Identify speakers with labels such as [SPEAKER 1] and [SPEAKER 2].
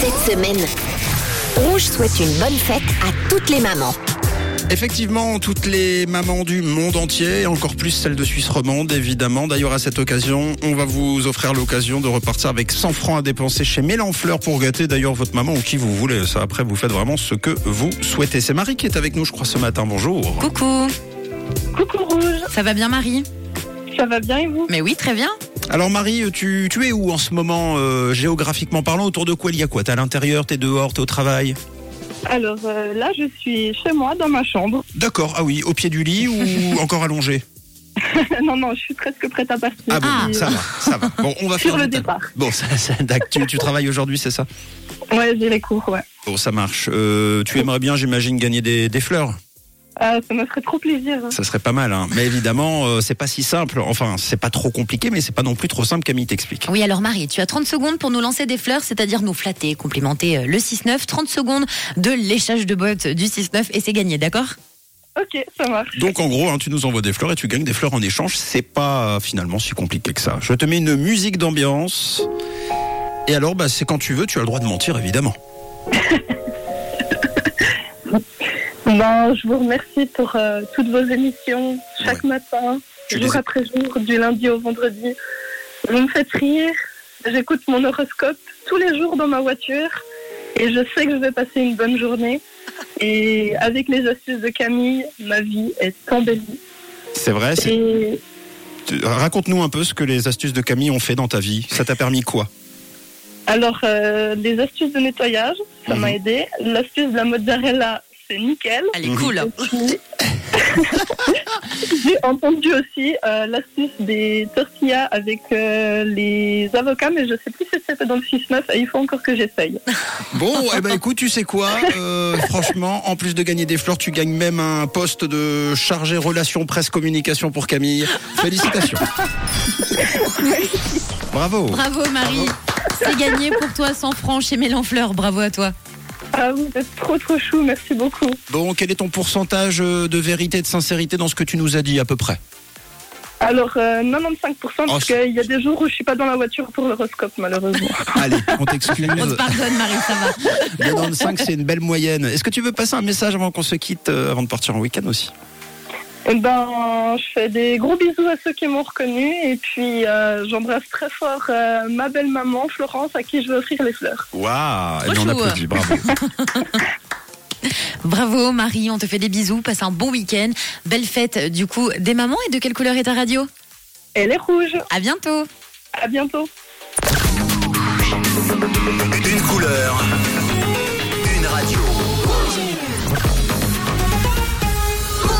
[SPEAKER 1] Cette semaine, Rouge souhaite une bonne fête à toutes les mamans.
[SPEAKER 2] Effectivement, toutes les mamans du monde entier, et encore plus celles de Suisse romande, évidemment. D'ailleurs, à cette occasion, on va vous offrir l'occasion de repartir avec 100 francs à dépenser chez Mélanfleur pour gâter d'ailleurs votre maman ou qui vous voulez. Ça, après, vous faites vraiment ce que vous souhaitez. C'est Marie qui est avec nous, je crois, ce matin. Bonjour.
[SPEAKER 3] Coucou,
[SPEAKER 4] Coucou Rouge,
[SPEAKER 3] ça va bien Marie
[SPEAKER 4] ça va bien et vous
[SPEAKER 3] Mais oui, très bien.
[SPEAKER 2] Alors, Marie, tu, tu es où en ce moment, euh, géographiquement parlant Autour de quoi il y a quoi T'es à l'intérieur, t'es dehors, t'es au travail
[SPEAKER 4] Alors euh, là, je suis chez moi dans ma chambre.
[SPEAKER 2] D'accord, ah oui, au pied du lit ou encore allongé
[SPEAKER 4] non, non, je suis presque prête à partir.
[SPEAKER 2] Ah bon,
[SPEAKER 3] Ah.
[SPEAKER 2] ça va, ça va. Bon, on va
[SPEAKER 4] Sur
[SPEAKER 2] faire
[SPEAKER 4] le
[SPEAKER 2] vite, alors.
[SPEAKER 4] départ.
[SPEAKER 2] Bon, ça, ça, d'accord. tu, tu travailles aujourd'hui, c'est ça
[SPEAKER 4] Ouais, j'ai les cours, ouais.
[SPEAKER 2] Bon, Oh, ça marche. Euh, tu aimerais bien, j'imagine, gagner des, des fleurs.
[SPEAKER 4] Ah, ça me ferait trop plaisir.
[SPEAKER 2] Ça serait pas mal, hein. Mais évidemment, euh, c'est pas si simple. Enfin, c'est pas trop compliqué, mais c'est pas non plus trop simple, Camille t'explique.
[SPEAKER 3] Oui, alors Marie, tu as 30 secondes pour nous lancer des fleurs, c'est-à-dire nous flatter, complimenter euh, le 6-9, 30 secondes de léchage de bottes du 6-9 et c'est gagné, d'accord
[SPEAKER 4] Ok, ça marche.
[SPEAKER 2] Donc, en gros, hein, tu nous envoies des fleurs et tu gagnes des fleurs en échange. C'est pas euh, finalement si compliqué que ça. Je te mets une musique d'ambiance. Et alors, bah, c'est quand tu veux, tu as le droit de mentir, évidemment.
[SPEAKER 4] Ben, je vous remercie pour euh, toutes vos émissions chaque matin,
[SPEAKER 2] Tu
[SPEAKER 4] jour
[SPEAKER 2] les-
[SPEAKER 4] après jour, du lundi au vendredi. Vous me faites rire, j'écoute mon horoscope tous les jours dans ma voiture et je sais que je vais passer une bonne journée. Et avec les astuces de Camille, ma vie est embellie.
[SPEAKER 2] C'est vrai. c'est-
[SPEAKER 4] Et
[SPEAKER 2] tu- Raconte-nous un peu ce que les astuces de Camille ont fait dans ta vie. Ça t'a permis quoi
[SPEAKER 4] Alors, euh, les astuces de nettoyage, ça
[SPEAKER 2] Mhm.
[SPEAKER 4] m'a aidé. L'astuce de la mozzarella, c'est nickel.
[SPEAKER 3] Elle
[SPEAKER 2] est cool.
[SPEAKER 4] Et puis, J'ai entendu aussi euh, l'astuce des tortillas avec euh, les avocats, mais je sais plus si c'était dans le 6-9 et il faut encore que j'essaye.
[SPEAKER 2] Bon, eh ben écoute, tu sais quoi euh, Franchement, en plus de gagner des fleurs, tu gagnes même un poste de chargé relations presse communication pour Camille. Félicitations. Bravo.
[SPEAKER 3] Bravo Marie, c'est gagné pour toi 100 francs chez Mélanfleur, bravo à toi.
[SPEAKER 4] Ah, vous êtes trop trop chou, merci beaucoup.
[SPEAKER 2] Bon, quel est ton pourcentage euh, de vérité et de sincérité dans ce que tu nous as dit à peu près
[SPEAKER 4] Alors, euh, 95%, parce
[SPEAKER 2] c'est-
[SPEAKER 4] qu'il y a des jours où je suis pas dans la voiture pour l'horoscope, malheureusement.
[SPEAKER 2] Allez, on t'excuse.
[SPEAKER 3] On te pardonne Marie, ça va.
[SPEAKER 2] 95, c'est une belle moyenne. Est-ce que tu veux passer un message avant qu'on se quitte, euh, avant de partir en week-end aussi
[SPEAKER 4] Eh ben, je fais des gros bisous à ceux qui m'ont reconnu et puis euh, j'embrasse très fort euh, ma belle maman Florence à qui je vais offrir les fleurs.
[SPEAKER 2] Waouh
[SPEAKER 3] Trop
[SPEAKER 2] Et on
[SPEAKER 3] chou.
[SPEAKER 2] applaudit, bravo.
[SPEAKER 3] Bravo Marie, on te fait des bisous, passe un bon week-end, belle fête du coup des mamans et de quelle couleur est ta radio
[SPEAKER 4] Elle est rouge.
[SPEAKER 3] À bientôt
[SPEAKER 4] À bientôt.
[SPEAKER 5] Une couleur. Une radio.